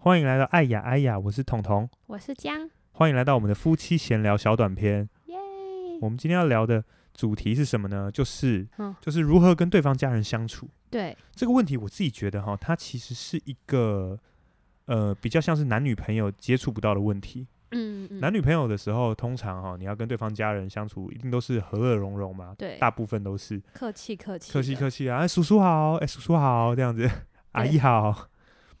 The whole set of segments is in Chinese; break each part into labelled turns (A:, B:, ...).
A: 欢迎来到爱呀爱呀，我是彤彤，
B: 我是江，
A: 欢迎来到我们的夫妻闲聊小短片。
B: 耶！
A: 我们今天要聊的主题是什么呢？就是
B: 嗯
A: 就是如何跟对方家人相处
B: 对，
A: 这个问题。我自己觉得哈，它其实是一个呃比较像是男女朋友接触不到的问题。
B: 嗯嗯，
A: 男女朋友的时候，通常哈你要跟对方家人相处，一定都是和乐融融嘛，
B: 对，
A: 大部分都是
B: 客气客气，
A: 客气。客气啊，哎叔叔好，哎叔叔好这样子，阿姨好，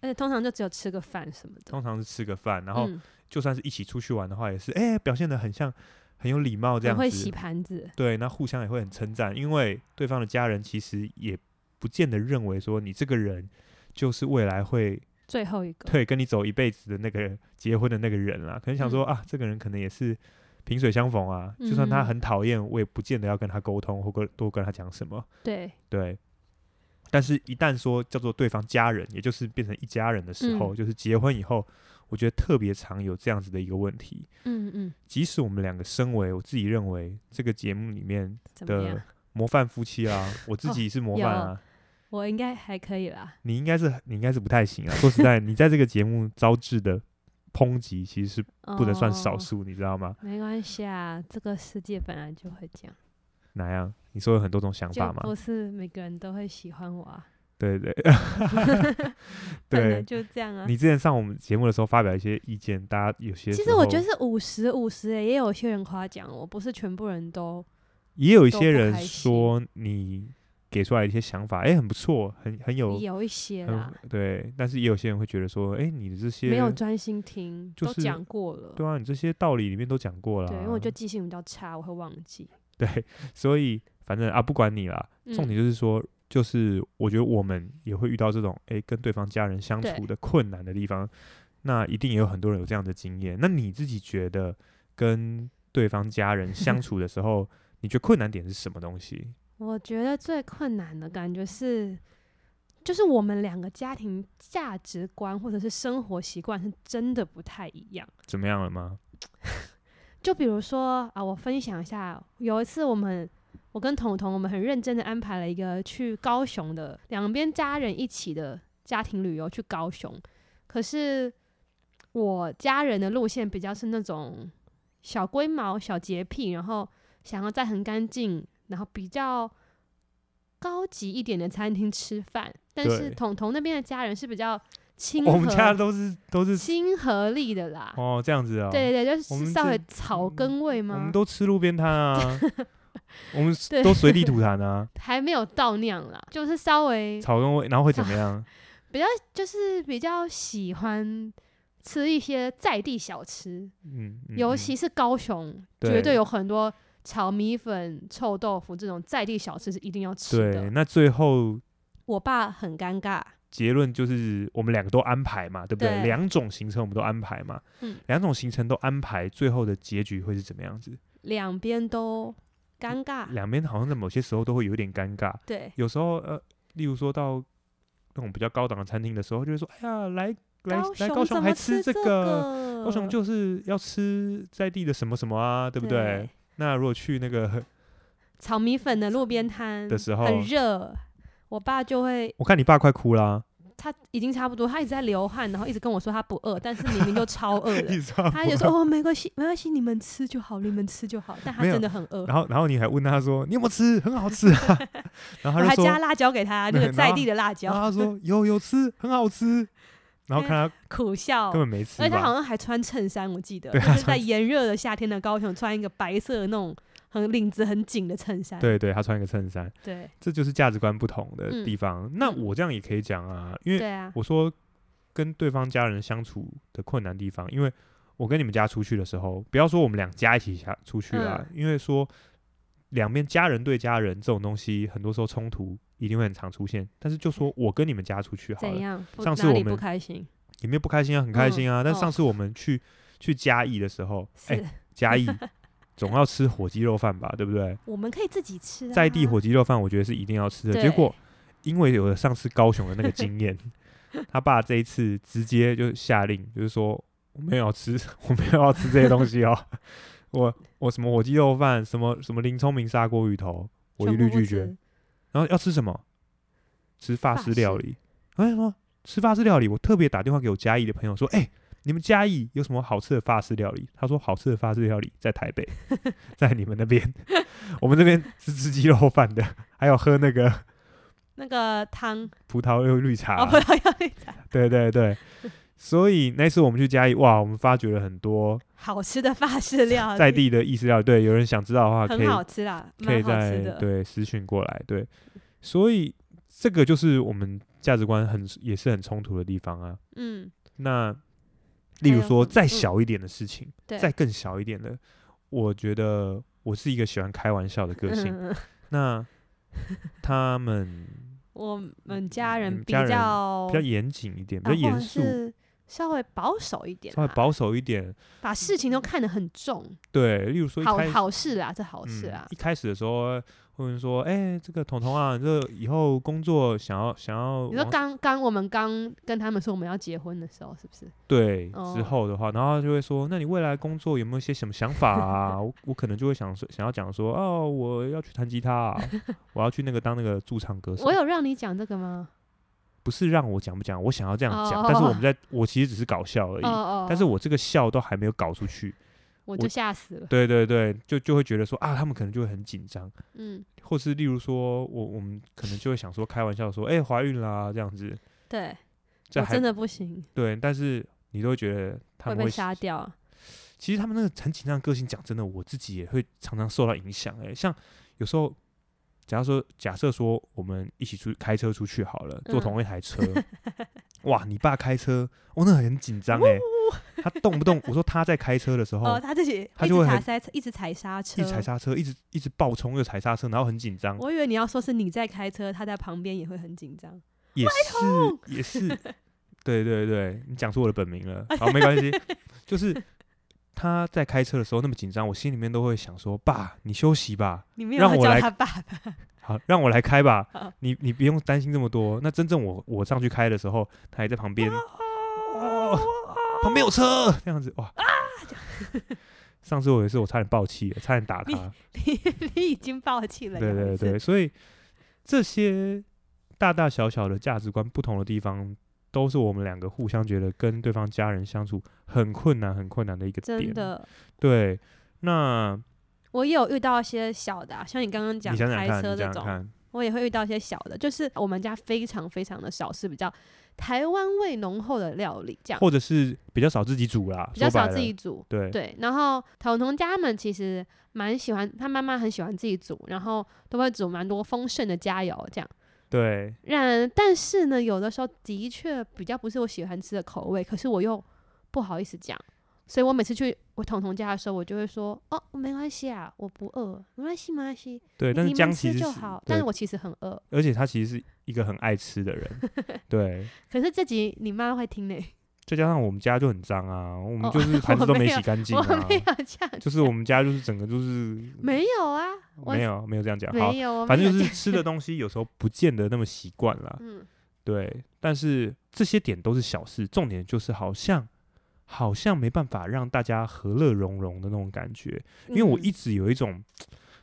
B: 而且通常就只有吃个饭什么的，
A: 通常是吃个饭，然后
B: 嗯
A: 就算是一起出去玩的话，也是哎、表现的很像很有礼貌这
B: 很
A: 样
B: 会洗
A: 子，
B: 盘子，
A: 对，那互相也会很称赞，因为对方的家人其实也不见得认为说你这个人就是未来会
B: 最后一个，
A: 对跟你走一辈子的那个结婚的那个人啦，可能想说、啊，这个人可能也是萍水相逢啊，就算他
B: 嗯
A: 很讨厌，我也不见得要跟他沟通或跟多跟他讲什么，
B: 对，
A: 对。但是，一旦说叫做对方家人，也就是变成一家人的时候，
B: 嗯
A: 就是结婚以后，我觉得特别常有这样子的一个问题。
B: 嗯嗯，
A: 即使我们两个身为我自己认为这个节目里面
B: 怎么
A: 的
B: 样？
A: 模范夫妻 啊，我自
B: 哦
A: 己是模范啊，
B: 我应该还可以啦，
A: 你应该是你应该是不太行啊。说实在，你在这个节目招致的抨击其实是不能算少
B: 哦，
A: 数，你知道吗？
B: 没关系啊，这个世界本来就会这样，
A: 哪样？你说有很多种想
B: 就
A: 法嘛
B: 不？是每个人都会喜欢我 啊，
A: 对对
B: 本
A: 对。
B: 来就这样啊。
A: 你之前上我们节目的时候发表一些意见，大家有些
B: 其
A: 时
B: 实我
A: 候
B: 觉得是五十五十，也有些人夸奖我，不是全部人都
A: 也有一
B: 都
A: 些
B: 不
A: 人
B: 开心
A: 说你给出来的一些想法，哎、很不错，很很有
B: 有一些啦，
A: 很对，但是也有些人会觉得说，哎、你的这些
B: 没有专心听，
A: 就
B: 都
A: 是
B: 讲过了。
A: 对啊，你这些道理里面都讲过了、啊
B: 对，因为我觉得记性比较差，我会忘记。
A: 对，所以反正啊，不管你啦，重点
B: 嗯
A: 就是说，就是我觉得我们也会遇到这种诶跟对方家人相处
B: 对
A: 的困难的地方，那一定也有很多人有这样的经验。那你自己觉得跟对方家人 相处的时候，你觉得困难点是什么东西？
B: 我觉得最困难的感觉是，就是我们两个家庭价值观或者是生活习惯是真的不太一样。
A: 怎么样了吗？
B: 就比如说啊，我分享一下，有一次我们我跟彤彤，我们很认真的安排了一个去高雄的，两边家人一起的家庭旅游去高雄。可是我家人的路线比较是那种小龟毛、小洁癖，然后想要在很干净，然后比较高级一点的餐厅吃饭。但是
A: 对
B: 彤彤那边的家人是比较亲
A: 我们家
B: 和、
A: 都是都是
B: 亲和力的啦。
A: 哦这样子哦，
B: 对对对，就
A: 我们
B: 是稍
A: 这
B: 微草根味
A: 我
B: 吗
A: 们？都吃路边摊 啊，我们
B: 对
A: 都随地吐痰 啊，
B: 还没有到那样啦，就是稍微
A: 草根味，然后会怎么样？
B: 就是比较喜欢吃一些在地小吃，
A: 嗯，嗯
B: 尤
A: 嗯
B: 其是高雄，绝对有很多炒米粉、臭豆腐这种在地小吃是一定要吃
A: 对，
B: 的。
A: 那最后
B: 我爸很尴尬，
A: 结论就是我们两个都安排嘛，对不对？
B: 对
A: 两种行程我们都安排嘛，
B: 嗯
A: 两种行程都安排，最后的结局会是怎么样子？
B: 两边都尴尬，
A: 两边好像在某些时候都会有一点尴尬，
B: 对
A: 有时候呃，例如说到那种比较高档的餐厅的时候，就会说，哎呀，来来来高
B: 怎
A: 雄
B: 么
A: 还
B: 吃
A: 这
B: 这
A: 个，
B: 个
A: 高雄就是要吃在地的什么什么啊，对不对？
B: 对
A: 那如果去那个，
B: 炒米粉的路边摊
A: 的时候
B: 很热，我爸就会
A: 我看你爸快哭啦、
B: 他已经差不多，他一直在流汗，然后一直跟我说他不饿，但是明明就 超饿的。
A: 你知道吗
B: 他就说：“哦，没关系，没关系，你们吃就好，你们吃就好。”但他
A: 没有
B: 真的很饿，
A: 然后然后你还问他说，你有没有吃？很好吃啊。 然后
B: 我
A: 他
B: 还
A: 就说，
B: 加辣椒给他，那
A: 对
B: 个在地的辣椒
A: 然，后他说有有吃，很好 吃。然后看他
B: 苦笑。
A: 根本没吃
B: 而且他好
A: 吧，
B: 像还穿衬衫，我记得
A: 对
B: 就
A: 他
B: 是在炎热的夏天的高雄，穿一个白色的那种很领子很紧的衬衫。
A: 对对，他穿一个衬衫，
B: 对
A: 这就是价值观不同的
B: 嗯
A: 地方。那
B: 嗯
A: 我这样也可以讲啊，因为
B: 对啊，
A: 我说跟对方家人相处的困难地方，因为我跟你们家出去的时候，不要说我们两家一起下出去啦，
B: 嗯
A: 因为说两边家人对家人这种东西，很多时候冲突一定会很常出现。但是就说我跟你们家出去好
B: 怎
A: 了，
B: 样？不
A: 上次
B: 哪
A: 我
B: 里
A: 们
B: 不开心？
A: 也没有不开心啊，很开心啊。
B: 嗯
A: 但
B: 哦
A: 上次我们去去嘉义的时候，哎
B: 是，
A: 嘉 义总要吃火鸡肉饭吧，对不对？
B: 我们可以自己吃啊，
A: 在地火鸡肉饭，我觉得是一定要吃的。
B: 对
A: 结果因为有了上次高雄的那个经 验，他爸这一次直接就下令，就是说我没有要吃， 我没有要吃这些东西 哦，我我什么火鸡肉饭，什么什么林聪明砂锅鱼头，我一
B: 全部
A: 律
B: 不
A: 拒绝
B: 吃。。
A: 然后要吃什么？吃法
B: 法
A: 式料
B: 式
A: 理。哎什么？吃法式料理，我特别打电话给我嘉义的朋友说，哎、你们嘉义有什么好吃的法式料理？他说好吃的法式料理在台 北，在你们那边，我们这边是吃鸡肉饭的，还有喝那个
B: 那个汤，
A: 葡萄柚绿茶、
B: 哦，不要要那家
A: 对对对，所以那次我们去嘉义，哇，我们发掘了很多
B: 好吃的法式料理，
A: 在地的意式料理。对，有人想知道的话，啊可
B: 啊很
A: 以
B: 好吃啦，
A: 可以
B: 蛮好吃
A: 再
B: 的。
A: 对私讯过来。对，所以这个就是我们价值观很也是很冲突的地方啊。
B: 嗯，
A: 那例
B: 还
A: 如
B: 有
A: 说
B: 什么
A: 再
B: 嗯
A: 小一点的事情，
B: 对，
A: 再更小一点的，我觉得我是一个喜欢开玩笑的个性。
B: 嗯，
A: 那他们
B: 我们家人
A: 嗯们
B: 比
A: 家人
B: 较
A: 比较严谨一点，比较
B: 啊或
A: 严
B: 者
A: 肃，
B: 是稍微保守一点啊
A: 稍微
B: 啦，
A: 保守一点。
B: 把事情都看得很重，
A: 对，例如说一
B: 好
A: 开始
B: 好事啊，这好事啊
A: 嗯。，一开始的时候会问说：“哎、这个彤彤啊，这以后工作想要想要
B: 你说
A: 往
B: 刚刚我们刚跟他们说我们要结婚的时候，是不是？
A: 对、之
B: 哦
A: 后的话，然后他就会说：那你未来工作有没有一些什么想法啊？我我可能就会想说想要讲说哦，我要去弹吉他、 啊，我要去那个当那个驻唱歌手
B: 我。有让你讲这个吗？
A: 不是让我讲不讲，我想要这样讲，但是我们
B: 哦
A: 在我其实只是搞笑而已。
B: 哦哦，
A: 但是我这个笑都还没有搞出去，
B: 我
A: 我
B: 就吓死了。
A: 对对对，就就会觉得说啊，他们可能就会很紧张，
B: 嗯，
A: 或是例如说我我们可能就会想说开玩笑说，哎、怀孕啦这样子，
B: 对，
A: 这
B: 我
A: 还
B: 哦真的不行，
A: 对，但是你都会觉得他
B: 会
A: 们
B: 被
A: 会，
B: 杀掉。
A: 其实他们那个很紧张的个性，讲真的，我自己也会常常受到影响。哎，像有时候，假如说假设说我们一起出去开车出去好了，坐
B: 嗯
A: 同一台 车，哇，你爸开车，哦，那很紧张哎，他动不动我说他在开车的时候
B: 哦，，他自己
A: 他
B: 一
A: 就
B: 直
A: 会
B: 踩
A: 很
B: 刹车，一直踩刹车，
A: 一直踩。刹车，一直一直爆冲又踩刹车，然后很紧张，
B: 我以为你要说是你在开车，他在旁边也会很紧张。
A: 也是也是，对对对，你讲出我的本名 了，好，没关系，就是他在开车的时候那么紧张，我心里面都会想说，爸，你休息吧，
B: 你没
A: 让
B: 有要
A: 我
B: 叫
A: 来
B: 他爸爸，
A: 好，让我来开吧
B: 好，
A: 你你不用担心这么多。哦那真正我我上去开的时候，他还在旁
B: 啊
A: 边，哦，旁边有车，这样子哇。
B: 啊
A: 上次我也是，我差点爆气了，差点打
B: 你
A: 他。
B: 你你已经抱气了。
A: 对
B: 有一
A: 对
B: 次
A: 对，，所以这些大大小小的价值观不同的地方，都是我们两个互相觉得跟对方家人相处很困难、很困难的一个点。
B: 真，的，
A: 对。那
B: 我也有遇到一些小的啊、像你刚刚讲
A: 你想想
B: 开
A: 看，
B: 车
A: 你
B: 这
A: 想想
B: 种，
A: 看，
B: 我也会遇到一些小的，就是我们家非常非常的少是比较台湾味浓厚的料理，这样
A: 或者是比较少自己煮啦，
B: 比较
A: 说白
B: 少自
A: 了
B: 己煮。
A: 对
B: 对，然后彤彤家们其实蛮喜欢，他妈妈很喜欢自己煮，然后都会煮蛮多丰盛的佳肴这样。
A: 对
B: 然但是呢，有的时候的确比较不是我喜欢吃的口味，可是我又不好意思讲，所以我每次去我彤彤家的时候，我就会说哦，没关系啊，我不饿，没关系，没关系，
A: 对，但
B: 你
A: 是
B: 们
A: 江其
B: 吃
A: 实
B: 就是好。
A: 对
B: 但是我其实很饿，
A: 而且他其实是一个很爱吃的 人，对，
B: 可是这集你妈会听呢，
A: 再加上我们家就很脏啊，我们
B: 哦
A: 就是盘
B: 我
A: 子都
B: 没
A: 洗
B: 有
A: 干净
B: 我
A: 啊
B: 没，有这样，
A: 就是我们家就是整个就是
B: 没有啊，我
A: 没有没有这样讲，好
B: 没，有，我
A: 反
B: 没有
A: 正就
B: 这
A: 是
B: 样
A: 吃的东西有时候不见得那么习惯啦，
B: 嗯，
A: 对，但是这些点都是小事，重点就是好像好像没办法让大家和乐融融的那种感觉，因为我
B: 嗯
A: 一直有一种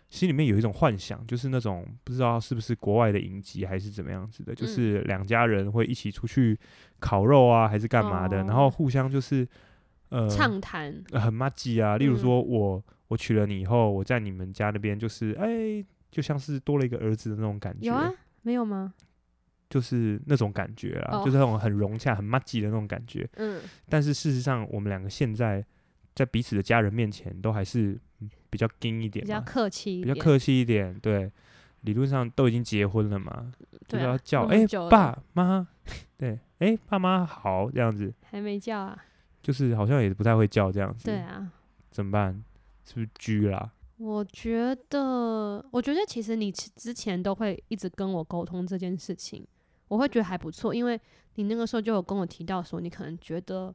A: 心里面有一种幻想，就是那种不知道是不是国外的影集还是怎么样子的，就
B: 嗯
A: 是两家人会一起出去烤肉啊，还是干嘛的，然后
B: 哦
A: 互相就是呃
B: 畅谈，
A: 呃很麻吉啊，例如
B: 嗯
A: 说我、我娶了你以后，我在你们家那边就是哎、就像是多了一个儿子的那种感觉，
B: 有啊，没有吗？
A: 就是那种感觉啊，
B: 哦
A: 就是那种很融洽、很麻吉的那种感觉。
B: 嗯，
A: 但是事实上，我们两个现在在彼此的家人面前都还是嗯比较硬一点
B: 比较
A: 嘛，
B: 客气一
A: 比
B: 点，
A: 较客气一点。对，理论上都已经结婚了嘛，就
B: 对
A: 是
B: 啊
A: 要叫
B: 那么
A: 哎、
B: 久了
A: 爸妈， 对，哎、爸妈好这样子，
B: 还没叫啊，
A: 就是好像也不太会叫这样子，
B: 对啊，
A: 怎么办？是不是拘啦？
B: 我觉得，我觉得其实你之之前都会一直跟我沟通这件事情，我会觉得还不错，因为你那个时候就有跟我提到说，你可能觉得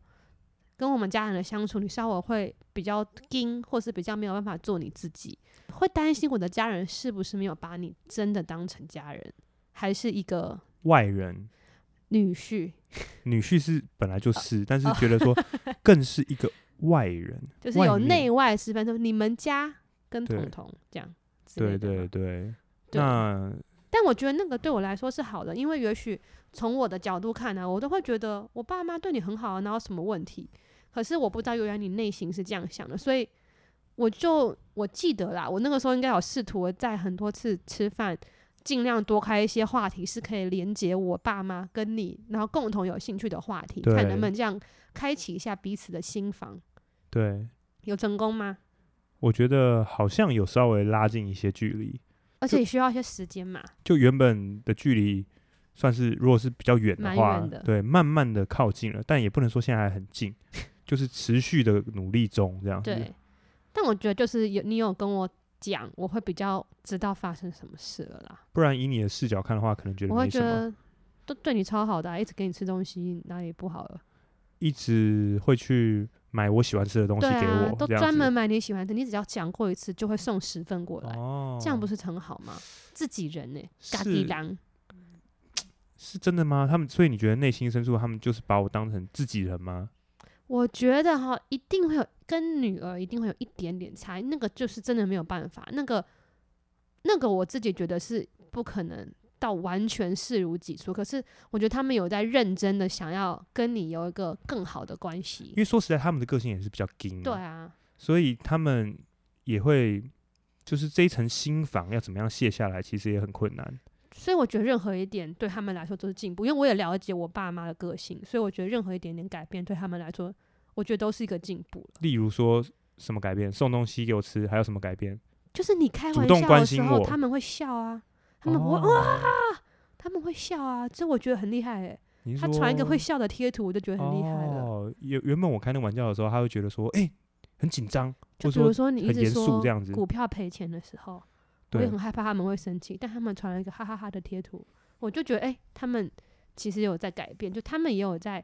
B: 跟我们家人的相处，你稍微会比较硬，或是比较没有办法做你自己，会担心我的家人是不是没有把你真的当成家人，还是一个
A: 外人
B: 女婿，
A: 女婿是本
B: 哦
A: 来就是，但是觉得 说更是一个外人，
B: 就是
A: 外
B: 有
A: 面
B: 内外之分，就是你们家跟
A: 对
B: 彤彤这样之类
A: 对
B: 的
A: 对
B: 嘛。
A: 对。
B: 对
A: 那
B: 但我觉得那个对我来说是好的，因为也许从我的角度看呢、我都会觉得我爸妈对你很好啊，哪有什么问题？可是我不知道，原来你内心是这样想的，所以我就我记得啦，我那个时候应该有试图在很多次吃饭，尽量多开一些话题，是可以连接我爸妈跟你，然后共同有兴趣的话题，
A: 对
B: 看能不能这样开启一下彼此的心房，
A: 对，
B: 有成功吗？
A: 我觉得好像有稍微拉近一些距离，
B: 而且也需要一些时间嘛，
A: 就原本的距离算是如果是比较远的
B: 蛮
A: 话
B: 远的，
A: 对，慢慢的靠近了，但也不能说现在还很 近，就是持续的努力中这样子。
B: 对。但我觉得就是有你有跟我讲，我会比较知道发生什么事了啦。
A: 不然以你的视角看的话，可能觉得
B: 我会
A: 没
B: 觉
A: 什么，
B: 得都对你超好的啊、一直给你吃东西，哪里不好了？
A: 一直会去买我喜欢吃的东西
B: 对
A: 给我，
B: 啊，都
A: 这样
B: 专
A: 子
B: 门买你喜欢的，你只要讲过一次就会送十份过来，
A: 哦，
B: 这样不是很好吗？自己人呢、嘎
A: 是
B: 地狼，
A: 是真的吗？他们所以你觉得内心深处他们就是把我当成自己人吗？
B: 我觉得哈，一定会有跟女儿一定会有一点点差异，那个就是真的没有办法，那个那个我自己觉得是不可能到完全视如己出，可是我觉得他们有在认真的想要跟你有一个更好的关系
A: 因，为说实在，他们的个性也是比较硬，
B: 对，啊，
A: 所以他们也会就是这一层心防要怎么样卸下来，其实也很困难。
B: 所以我觉得任何一点对他们来说都是进步，因为我也了解我爸妈的个性，所以我觉得任何一点点改变对他们来说，我觉得都是一个进步了。
A: 例如说什么改变，送东西给我吃，还有什么改变？
B: 就是你开
A: 主
B: 玩
A: 动
B: 笑
A: 关
B: 的时
A: 心
B: 候，
A: 我
B: 他们会笑啊，他们不会、哇，
A: 哦，
B: 他们会笑啊，这我觉得很厉害诶、
A: 你是
B: 他传一个
A: 说
B: 会笑的贴图，我就觉得很厉害了。
A: 哦，原原本我开那个玩笑的时候，他会觉得说，哎、很紧张，
B: 就
A: 或
B: 比
A: 者
B: 如
A: 说
B: 说你一
A: 很
B: 直
A: 严肃
B: 说
A: 这样子
B: 股票赔钱的时候，我
A: 对
B: 也很害怕他们会生气，但他们传了一个哈哈哈的贴图，我就觉得哎、他们其实有在改变，就他们也有在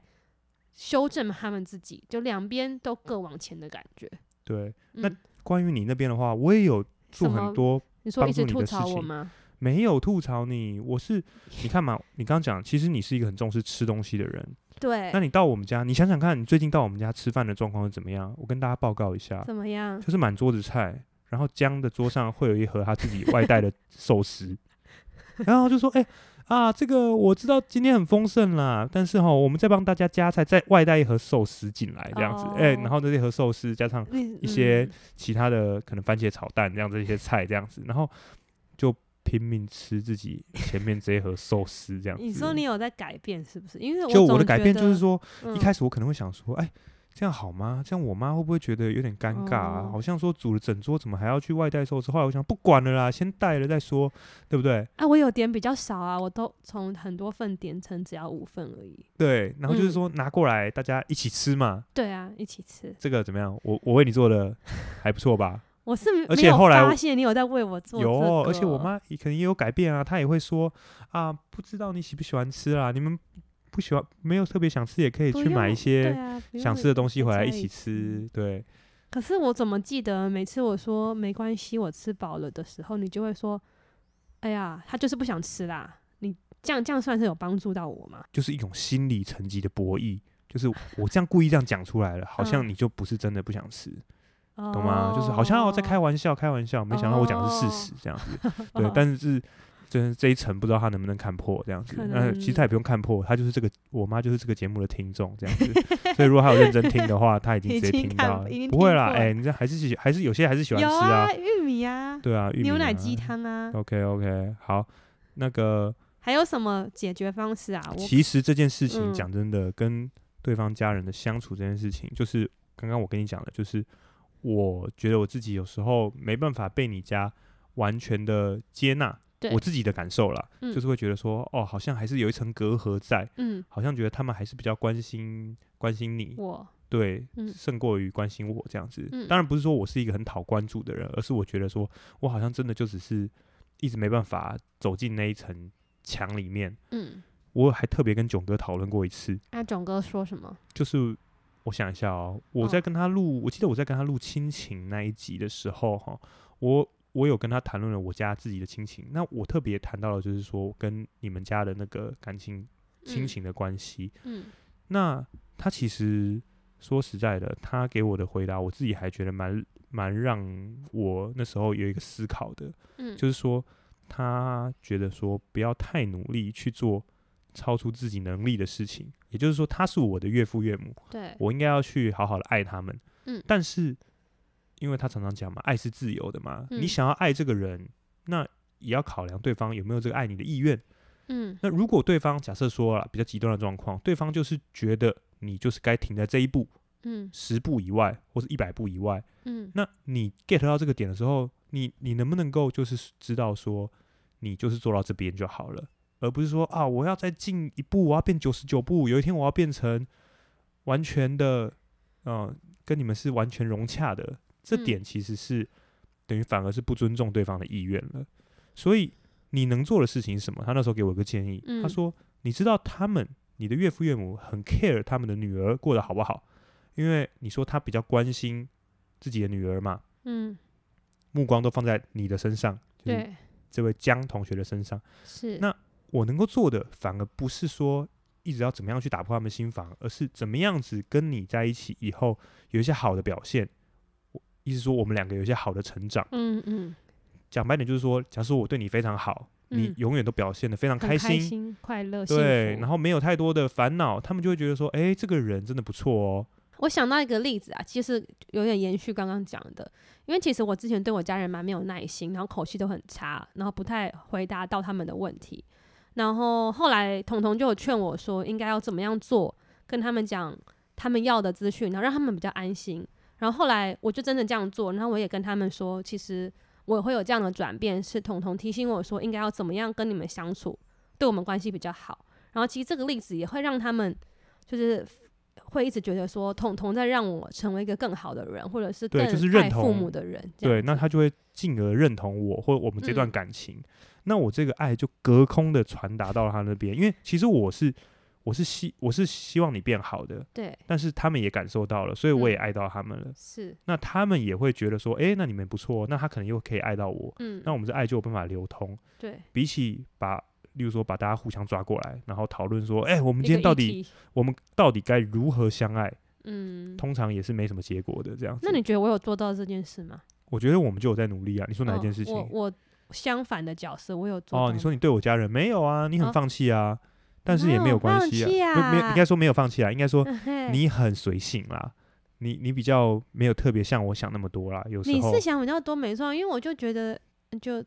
B: 修正他们自己，就两边都各往前的感觉。
A: 对。那
B: 嗯
A: 关于你那边的话，我也有做
B: 什么
A: 很多
B: 你说
A: 帮
B: 一直
A: 助你
B: 吐
A: 的
B: 槽
A: 事
B: 我
A: 情
B: 吗？
A: 没有吐槽你，我是你看嘛，你刚刚讲，其实你是一个很重视吃东西的人。
B: 对
A: 那，你到我们家，你想想看，你最近到我们家吃饭的状况是怎么样？我跟大家报告一下，
B: 怎么样？
A: 就是满桌子菜，然后江的桌上会有一盒他自己外带的寿司，然后就说，哎、啊，这个我知道今天很丰盛啦，但是哈，我们再帮大家加菜，再外带一盒寿司进来，这样子，哎、
B: 哦
A: 然后这一盒寿司加上
B: 你
A: 一些
B: 嗯
A: 其他的可能番茄炒蛋这样子一些菜这样子，然后就拼命吃自己前面这一盒寿司这样子。
B: 你说你有在改变是不是？因为
A: 就我
B: 总
A: 的改
B: 觉
A: 变就是
B: 得，
A: 说，
B: 嗯
A: 一开始我可能会想说，哎，这样好吗？这样我妈会不会觉得有点尴尬啊？
B: 哦
A: 好像说煮了整桌怎么还要去外带寿司？后来我想不管了啦，先带了再说，对不对？
B: 啊，我有点比较少啊，我都从很多份点成只要五份而已。
A: 对，然后就是
B: 嗯
A: 说拿过来大家一起吃嘛，
B: 对啊，一起吃。
A: 这个怎么样？我我为你做的还不错吧？
B: 我是没
A: 而
B: 没
A: 且
B: 有
A: 后来我
B: 发现你有在为我做、这
A: 有，而且我
B: 个
A: 妈也可能也有改变啊，她也会说啊，不知道你喜不喜欢吃啦，你们不喜欢没有特别想吃，也可以
B: 不
A: 去买一
B: 用对
A: 些
B: 啊，不
A: 想
B: 用
A: 吃的东西
B: 不
A: 回来
B: 在
A: 一
B: 意
A: 起吃。对，
B: 可是我怎么记得每次我说没关系，我吃饱了的时候，你就会说：“哎呀，他就是不想吃啦。”你这样这样算是有帮助到我吗？
A: 就是一种心理层级的博弈，就是我这样故意这样讲出来了，好像
B: 嗯
A: 你就不是真的不想吃，
B: 懂
A: 懂吗？就是好像、哦、在开玩笑，开玩笑，没想到我讲的是事
B: 哦
A: 实，这样 子。对，但是是就是这一层不知道他能不能看破这样子
B: 可。
A: 那其实
B: 能
A: 他也不用看破，他就是这个我妈就是这个节目的听众这样子。所以如果他有认真听的话，他已经
B: 已
A: 直接
B: 经
A: 听
B: 看
A: 到了
B: 已经，
A: 不
B: 听
A: 会啦。
B: 破
A: 哎、你这还是喜还是有些还是喜欢吃
B: 有
A: 啊，
B: 玉米啊，
A: 对啊，玉
B: 牛
A: 米
B: 奶
A: 啊
B: 鸡。汤啊，
A: OK OK，好，那个。
B: 还有什么解决方式啊？我
A: 其实这件事情
B: 嗯
A: 讲真的，跟对方家人的相处这件事情，就是刚刚我跟你讲的，就是我觉得我自己有时候没办法被你家完全的接纳，
B: 对
A: 我自己的感受啦，
B: 嗯
A: 就是会觉得说，哦，好像还是有一层隔阂在，
B: 嗯，
A: 好像觉得他们还是比较关心关心你，
B: 我
A: 对，
B: 嗯
A: 胜过于关心我这样子。
B: 嗯
A: 当然不是说我是一个很讨关注的人，而是我觉得说我好像真的就只是一直没办法走进那一层墙里面。
B: 嗯，
A: 我还特别跟囧哥讨论过一次，
B: 那、囧哥说什么？嗯
A: 就是我想一下哦，我在跟他录，我记得我在跟他录亲情那一集的时候哈、我我有跟他谈论了我家自己的亲情，那我特别谈到了就是说跟你们家的那个感情亲
B: 嗯
A: 情的关系，
B: 嗯
A: 那他其实说实在的，他给我的回答，我自己还觉得蛮蛮让我那时候有一个思考的，
B: 嗯，
A: 就是说他觉得说不要太努力去做超出自己能力的事情，也就是说他是我的岳父岳母，
B: 对，
A: 我应该要去好好的爱他们。
B: 嗯
A: 但是因为他常常讲嘛，爱是自由的嘛，
B: 嗯
A: 你想要爱这个人，那也要考量对方有没有这个爱你的意愿。
B: 嗯
A: 那如果对方假设说了比较极端的状况，对方就是觉得你就是该停在这一步，
B: 嗯
A: 十步以外或是一百步以外，
B: 嗯
A: 那你 get 到这个点的时候，你你能不能够就是知道说，你就是做到这边就好了，而不是说啊，我要再进一步，我要变九十九步，有一天我要变成完全的，嗯、跟你们是完全融洽的。这
B: 嗯
A: 点其实是、等于反而是不尊重对方的意愿了。所以你能做的事情是什么？他那时候给我一个建议，他
B: 嗯
A: 说，你知道他们，你的岳父岳母很 care 他们的女儿过得好不好，因为你说他比较关心自己的女儿嘛，
B: 嗯，
A: 目光都放在你的身上，就是
B: 对，
A: 这位江同学的身上。
B: 是，
A: 那我能够做的，反而不是说一直要怎么样去打破他们心房，而是怎么样子跟你在一起以后有一些好的表现。我意思说，我们两个有一些好的成长。
B: 嗯嗯，
A: 讲白点，就是说，假设我对你非常好，你
B: 嗯
A: 永远都表现得非常
B: 很
A: 开
B: 心、快乐、幸
A: 对，
B: 福
A: 然后没有太多的烦恼，他们就会觉得说，哎，这个人真的不错哦。
B: 我想到一个例子啊，其实有点延续刚刚讲的，因为其实我之前对我家人蛮没有耐心，然后口气都很差，然后不太回答到他们的问题。然后后来彤彤就有劝我说，应该要怎么样做，跟他们讲他们要的资讯，然后让他们比较安心。然后后来我就真的这样做，然后我也跟他们说，其实我会有这样的转变，是彤彤提醒我说，应该要怎么样跟你们相处，对我们关系比较好。然后其实这个例子也会让他们就是会一直觉得说，彤彤在让我成为一个更好的人，或者是更
A: 对就是认
B: 爱父
A: 同
B: 母的人。这
A: 对，
B: 样
A: 那
B: 子嗯
A: 他就会进而认同我或我们这段感情。那我这个爱就隔空的传达到他那边，因为其实我是我是希我是希望你变好的，
B: 对
A: 但是他们也感受到了，所以我也
B: 嗯
A: 爱到他们了。
B: 是，
A: 那他们也会觉得说，诶，那你们不错，哦那他可能又可以爱到我，
B: 嗯，
A: 那我们这爱就有办法流通。
B: 对。
A: 比起把，例如说把大家互相抓过来，然后讨论说，诶，我
B: 我
A: 们今天到底我们到底该如何相爱，
B: 嗯，
A: 通常也是没什么结果的这样子。
B: 那你觉得我有做到这件事吗？
A: 我觉得我们就有在努力啊。你说哪一件事情？
B: 嗯我我相反的角色，我有做到吗。
A: 哦，你说 你对我家人没有啊？你很
B: 啊
A: 放弃啊，但是也没有关系
B: 没有
A: 啊，
B: 放弃啊
A: 没没应该说没有放弃啊，应该说
B: 嘿
A: 你很随性啦，你你比较没有特别像我想那么多啦，有时
B: 你
A: 候
B: 是想比较多没错，因为我就觉得就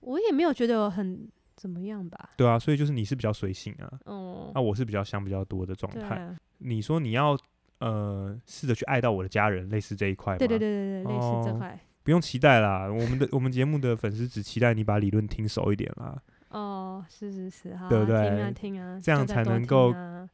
B: 我也没有觉得我很怎么样吧。
A: 对啊，所以就是你是比较随性啊，
B: 哦、
A: 啊，我是比较想比较多的状
B: 对
A: 态。
B: 啊，
A: 你说你要呃试着去爱到我的家人，类似这一块吗？
B: 对对对对对，类似
A: 哦
B: 这块。
A: 不用期待啦，我们的我们节目的粉丝只期待你把理论听熟一点啦，
B: 哦，是是是，好啊、
A: 对不
B: 听啊
A: 对
B: 听啊，
A: 这样
B: 就再
A: 才
B: 多
A: 能
B: 听
A: 够
B: 啊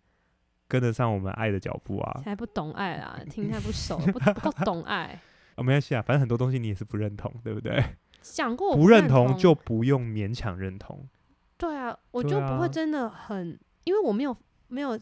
A: 跟得上我们爱的脚步啊。
B: 才不懂爱啦，听太不熟， 不不够懂爱。
A: 啊，没关系啊，反正很多东西你也是不认同，对不对？
B: 讲过我
A: 不认
B: 认
A: 同就不用勉强认同。
B: 对啊，我
A: 对
B: 就不
A: 啊
B: 会真的很，因为我没有没有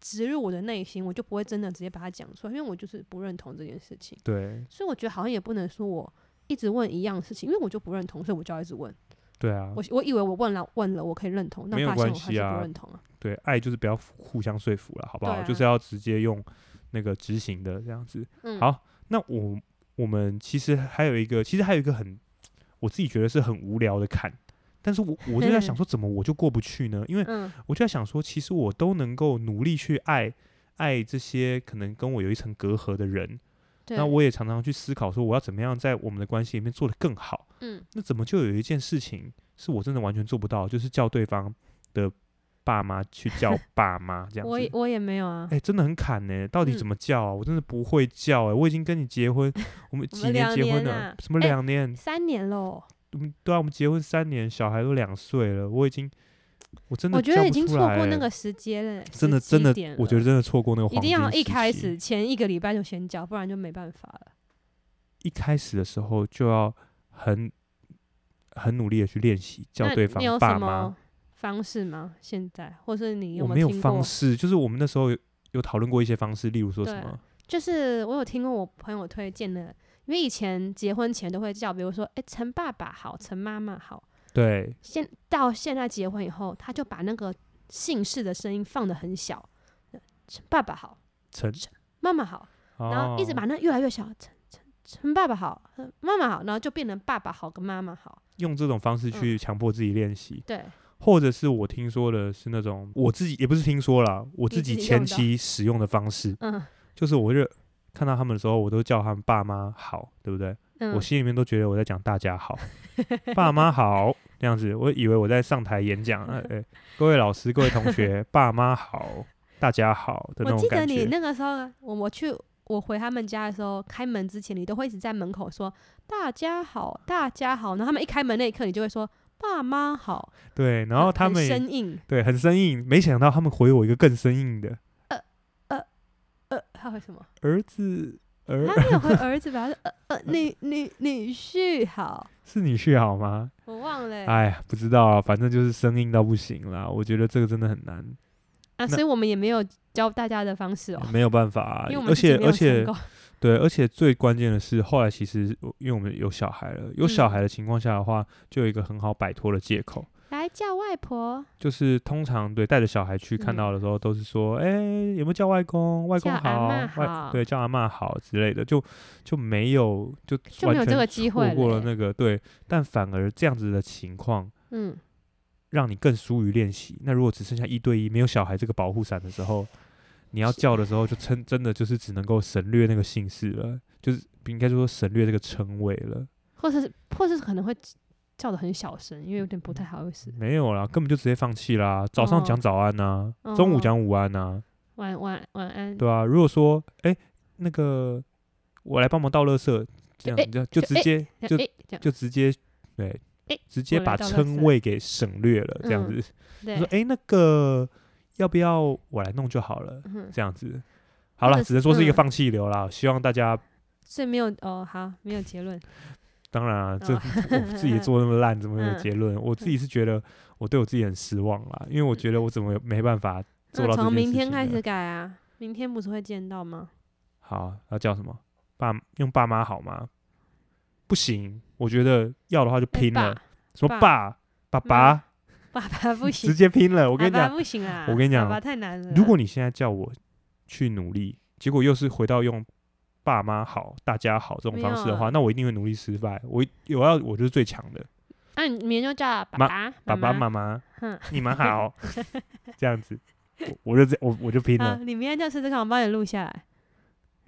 B: 植入我的内心，我就不会真的直接把它讲出来，因为我就是不认同这件事情，
A: 对，
B: 所以我觉得好像也不能说我一直问一样的事情，因为我就不认同，所以我就要一直问。
A: 对啊，
B: 我我以为我问了问了，我可以认同，但
A: 没有
B: 发现
A: 关
B: 我还
A: 系
B: 是
A: 啊
B: 不认同啊。
A: 对，爱就是不要互相说服了，好不好？
B: 对啊
A: 就是要直接用那个执行的这样子。
B: 嗯，
A: 好那我我们其实还有一个，其实还有一个很我自己觉得是很无聊的坎，但是我我就在 想说，怎么我就过不去呢？因为
B: 嗯
A: 我就在想说，其实我都能够努力去爱爱这些可能跟我有一层隔阂的人，
B: 对，
A: 那我也常常去思考说，我要怎么样在我们的关系里面做得更好。
B: 嗯
A: 那怎么就有一件事情是我真的完全做不到，就是叫对方的爸妈去 叫爸妈这样
B: 我也
A: 子。
B: 我也没有啊
A: 哎、，真的很砍呢、到底
B: 嗯
A: 怎么叫啊？我真的不会叫哎、我已经跟你结 婚，我们
B: 我
A: 几
B: 们
A: 年
B: 两
A: 结婚
B: 年
A: 了？
B: 啊
A: 什么
B: 哎
A: 两年？
B: 三年哦喽，
A: 我们对啊，我们结婚三年，小孩都两岁了，我已经，我真的
B: 我觉得
A: 叫
B: 已
A: 不
B: 经
A: 出
B: 错
A: 来
B: 过
A: 欸
B: 那个时间了，
A: 真的
B: 时
A: 真
B: 机
A: 的
B: 点，
A: 我觉得
B: 了
A: 真的错过那个
B: 一
A: 黄
B: 定
A: 金
B: 要一
A: 时
B: 开
A: 期
B: 始前一个礼拜就先交，不然就没办法了。
A: 一开始的时候就要很很努力的去练习叫
B: 那
A: 对
B: 你
A: 方
B: 有
A: 爸
B: 什
A: 妈。
B: 么方式吗？现在，或是你有
A: 我
B: 没
A: 没有
B: 听过？
A: 方式，就是我们那时候有有讨论过一些方式，例如说什
B: 对
A: 么，
B: 就是我有听过我朋友推荐的，因为以前结婚前都会叫，比如说，哎、陈爸爸好，陈妈妈好。
A: 对
B: 现到现在结婚以后，他就把那个姓氏的声音放得很小，呃陈爸爸好，
A: 陈，
B: 妈妈好，然后一直
A: 哦
B: 把那越来越小，陈陈陈爸爸好，呃妈妈好，然后就变成爸爸好跟妈妈好。
A: 用这种方式去强迫自己练习，
B: 对，
A: 或者是我听说的是那种我自己也不是听说啦，我自
B: 你自
A: 己
B: 己
A: 前
B: 用的
A: 期使用的方式，
B: 嗯
A: 就是我就看到他们的时候，我都叫他们爸妈好，对不对？
B: 嗯
A: 我，心里面都觉得我在讲大家 好，爸妈好那样子，我以为我在上台演讲，哎、哎各位老师、各位同 学，爸妈好，大家好的那
B: 我
A: 种
B: 记得
A: 感
B: 你
A: 觉。
B: 那个时候，我我去我回他们家的时候，开门之前你都会一直在门口说“大家好，大家好”，然后他们一开门那一刻，你就会说“爸妈好”，呃
A: 对，然后
B: 嗯很
A: 他们也
B: 生硬，
A: 对很生硬，没想到他们回我一个更生硬的
B: 呃，他会什么？
A: 儿子儿
B: 他没有回儿子吧？他说呃呃，女女女婿好，
A: 是你去好吗？
B: 我忘了欸、
A: 哎呀，不知道啊，反正就是生硬到不行啦。我觉得这个真的很难，
B: 啊，
A: 那
B: 所以我们也没有教大家的方式哦、
A: 没有办法啊、
B: 因为我们
A: 而
B: 自己
A: 且
B: 没有
A: 而且
B: 成功
A: 对，而且最关键的是，后来其实我因为我们有小孩了，有
B: 嗯
A: 小孩的情况下的话，就有一个很好摆脱的借口，
B: 来叫外婆，
A: 就是通常对带着小孩去看
B: 嗯
A: 到的时候，都是说，哎、有没有叫外公？外公
B: 叫阿
A: 好，
B: 嬷
A: 外
B: 好
A: 对叫阿嬷好之类的，就就没有就
B: 就
A: 完
B: 没有这
A: 全
B: 个机
A: 错
B: 会了
A: 过了
B: 欸
A: 那个对，但反而这样子的情况
B: 嗯，
A: 让你更疏于练习。那如果只剩下一对一，没有小孩这个保护伞的时候，你要叫的时候就真真的就是只能够省略那个姓氏了，就是应该就说省略这个称谓了。
B: 或者是或者是可能会叫的很小声，因为有点不太好意思。
A: 没有啦，根本就直接放弃啦。早上讲
B: 哦
A: 早安呐、中午
B: 哦
A: 讲午安啊呐、
B: 晚晚晚安，
A: 对啊。如果说，哎、那个我来帮忙倒垃圾，这
B: 就
A: 样
B: 诶
A: 就就
B: 就
A: 直
B: 诶
A: 接
B: 那
A: 就
B: 诶这样
A: 就直接对
B: 诶，
A: 直接
B: 我来
A: 把
B: 倒垃
A: 称
B: 圾
A: 谓给省略了，这样
B: 嗯
A: 子。就说
B: 对，
A: 哎、诶那个要不要我来弄就好了，
B: 嗯，
A: 这样子。好
B: 或
A: 了，
B: 者
A: 只能说是一个
B: 嗯
A: 放弃流啦。希望大家，
B: 所以没有哦，好，没有结论。
A: 当然啊，这、
B: 哦
A: 我 自己做那么烂，怎么有
B: 嗯嗯
A: 结论？我自己是觉得我对我自己很失望啦，因为我觉得我怎么没办法 做
B: 那
A: 到这
B: 从
A: 件
B: 明
A: 事
B: 天
A: 情
B: 开
A: 呢
B: 始改啊，明天不是会见到吗？
A: 好，要叫什么？爸用爸妈好吗？不行，我觉得要的话就
B: 哎
A: 拼了。
B: 爸
A: 什么爸、爸爸，
B: 爸爸不行
A: 直，接拼了。我
B: 我
A: 跟你讲，
B: 不行啊，
A: 我跟你讲
B: 爸爸太难了。
A: 如果你现在叫我去努力，结果又是回到用爸妈好、大家好这种
B: 没
A: 方式的
B: 有
A: 话，
B: 啊
A: 那我一定会努力失败。我一我要我就是最强的，
B: 那你明天就叫爸
A: 妈爸
B: 爸
A: 爸妈
B: 妈
A: 妈
B: 嗯，
A: 你们 好，这样子，我我就这我我就拼
B: 好，
A: 了，
B: 啊你明天就试试看，我帮你录下来，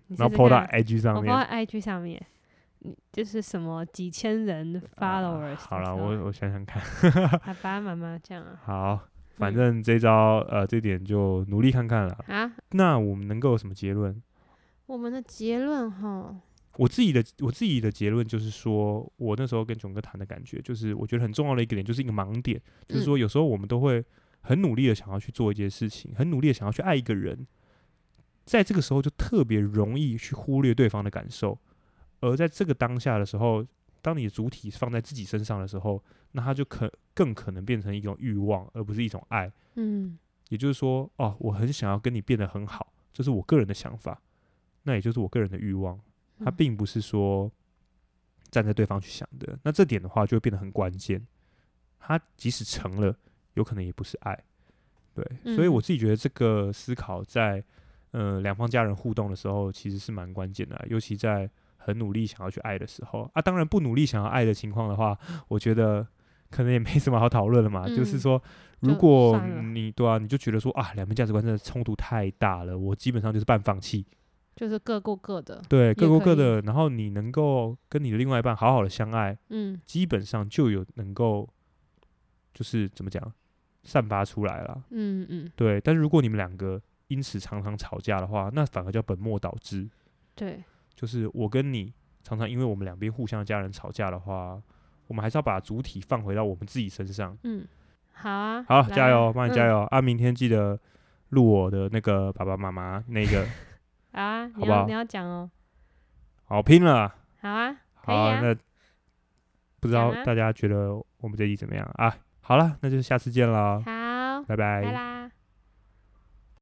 B: 你
A: 然
B: 试
A: 后 PO
B: 试
A: 到
B: 看
A: IG 上
B: 我
A: 面啊
B: 放。在 IG 上面，你就是什么几千人 followers、
A: 好了，我我想想看，
B: 爸爸妈妈这样 啊，
A: 好，反
B: 嗯
A: 正这招呃这点就努力看看了。
B: 啊，
A: 那我们能够有什么结论？
B: 我们的结论哈，
A: 我自己的我自己的结论就是说，我那时候跟囧哥谈的感觉，就是我觉得很重要的一个点，就是一个盲点，就是说有时候我们都会很努力的想要去做一件事情，很努力的想要去爱一个人，在这个时候就特别容易去忽略对方的感受，而在这个当下的时候，当你的主体放在自己身上的时候，那它就可更可能变成一种欲望，而不是一种爱。
B: 嗯
A: 也就是说，哦，我很想要跟你变得很好，这是我个人的想法，那也就是我个人的欲望，它
B: 嗯
A: 并不是说站在对方去想的。那这点的话，就会变得很关键。它即使成了，有可能也不是爱，对。所以我
B: 嗯
A: 自己觉得这个思考在呃两方家人互动的时候，其实是蛮关键的啊、尤其在很努力想要去爱的时候啊。当然，不努力想要爱的情况的话，我觉得可能也没什么好讨论了嘛。就是
B: 嗯
A: 说，如
B: 就
A: 果
B: 算了
A: 你对啊，你就觉得说啊，两边价值观真的冲突太大了，我基本上就是半放弃，
B: 就是各过各的，
A: 对，各
B: 也
A: 过
B: 可
A: 各
B: 以
A: 的。然后你能够跟你的另外一半好好的相爱，
B: 嗯
A: 基本上就有能够就是怎么讲，散发出来了。
B: 嗯嗯，
A: 对，但是如果你们两个因此常常吵架的话，那反而叫本末倒置。
B: 对，
A: 就是我跟你常常因为我们两边互相的家人吵架的话，我们还是要把主体放回到我们自己身上。
B: 嗯，好啊，
A: 好，
B: 来
A: 加
B: 啊
A: 油，帮你加、
B: 嗯
A: 油、啊！明天记得录我的那个爸爸妈妈那个，
B: 好啊，
A: 好
B: 你
A: 不
B: 要
A: 好
B: 你要讲哦，
A: 好拼了，
B: 好啊，
A: 好，
B: 可以啊，
A: 那不知道
B: 讲啊
A: 大家觉得我们这集怎么样啊？好了，那就下次见了，
B: 好，
A: 拜拜
B: 拜拜。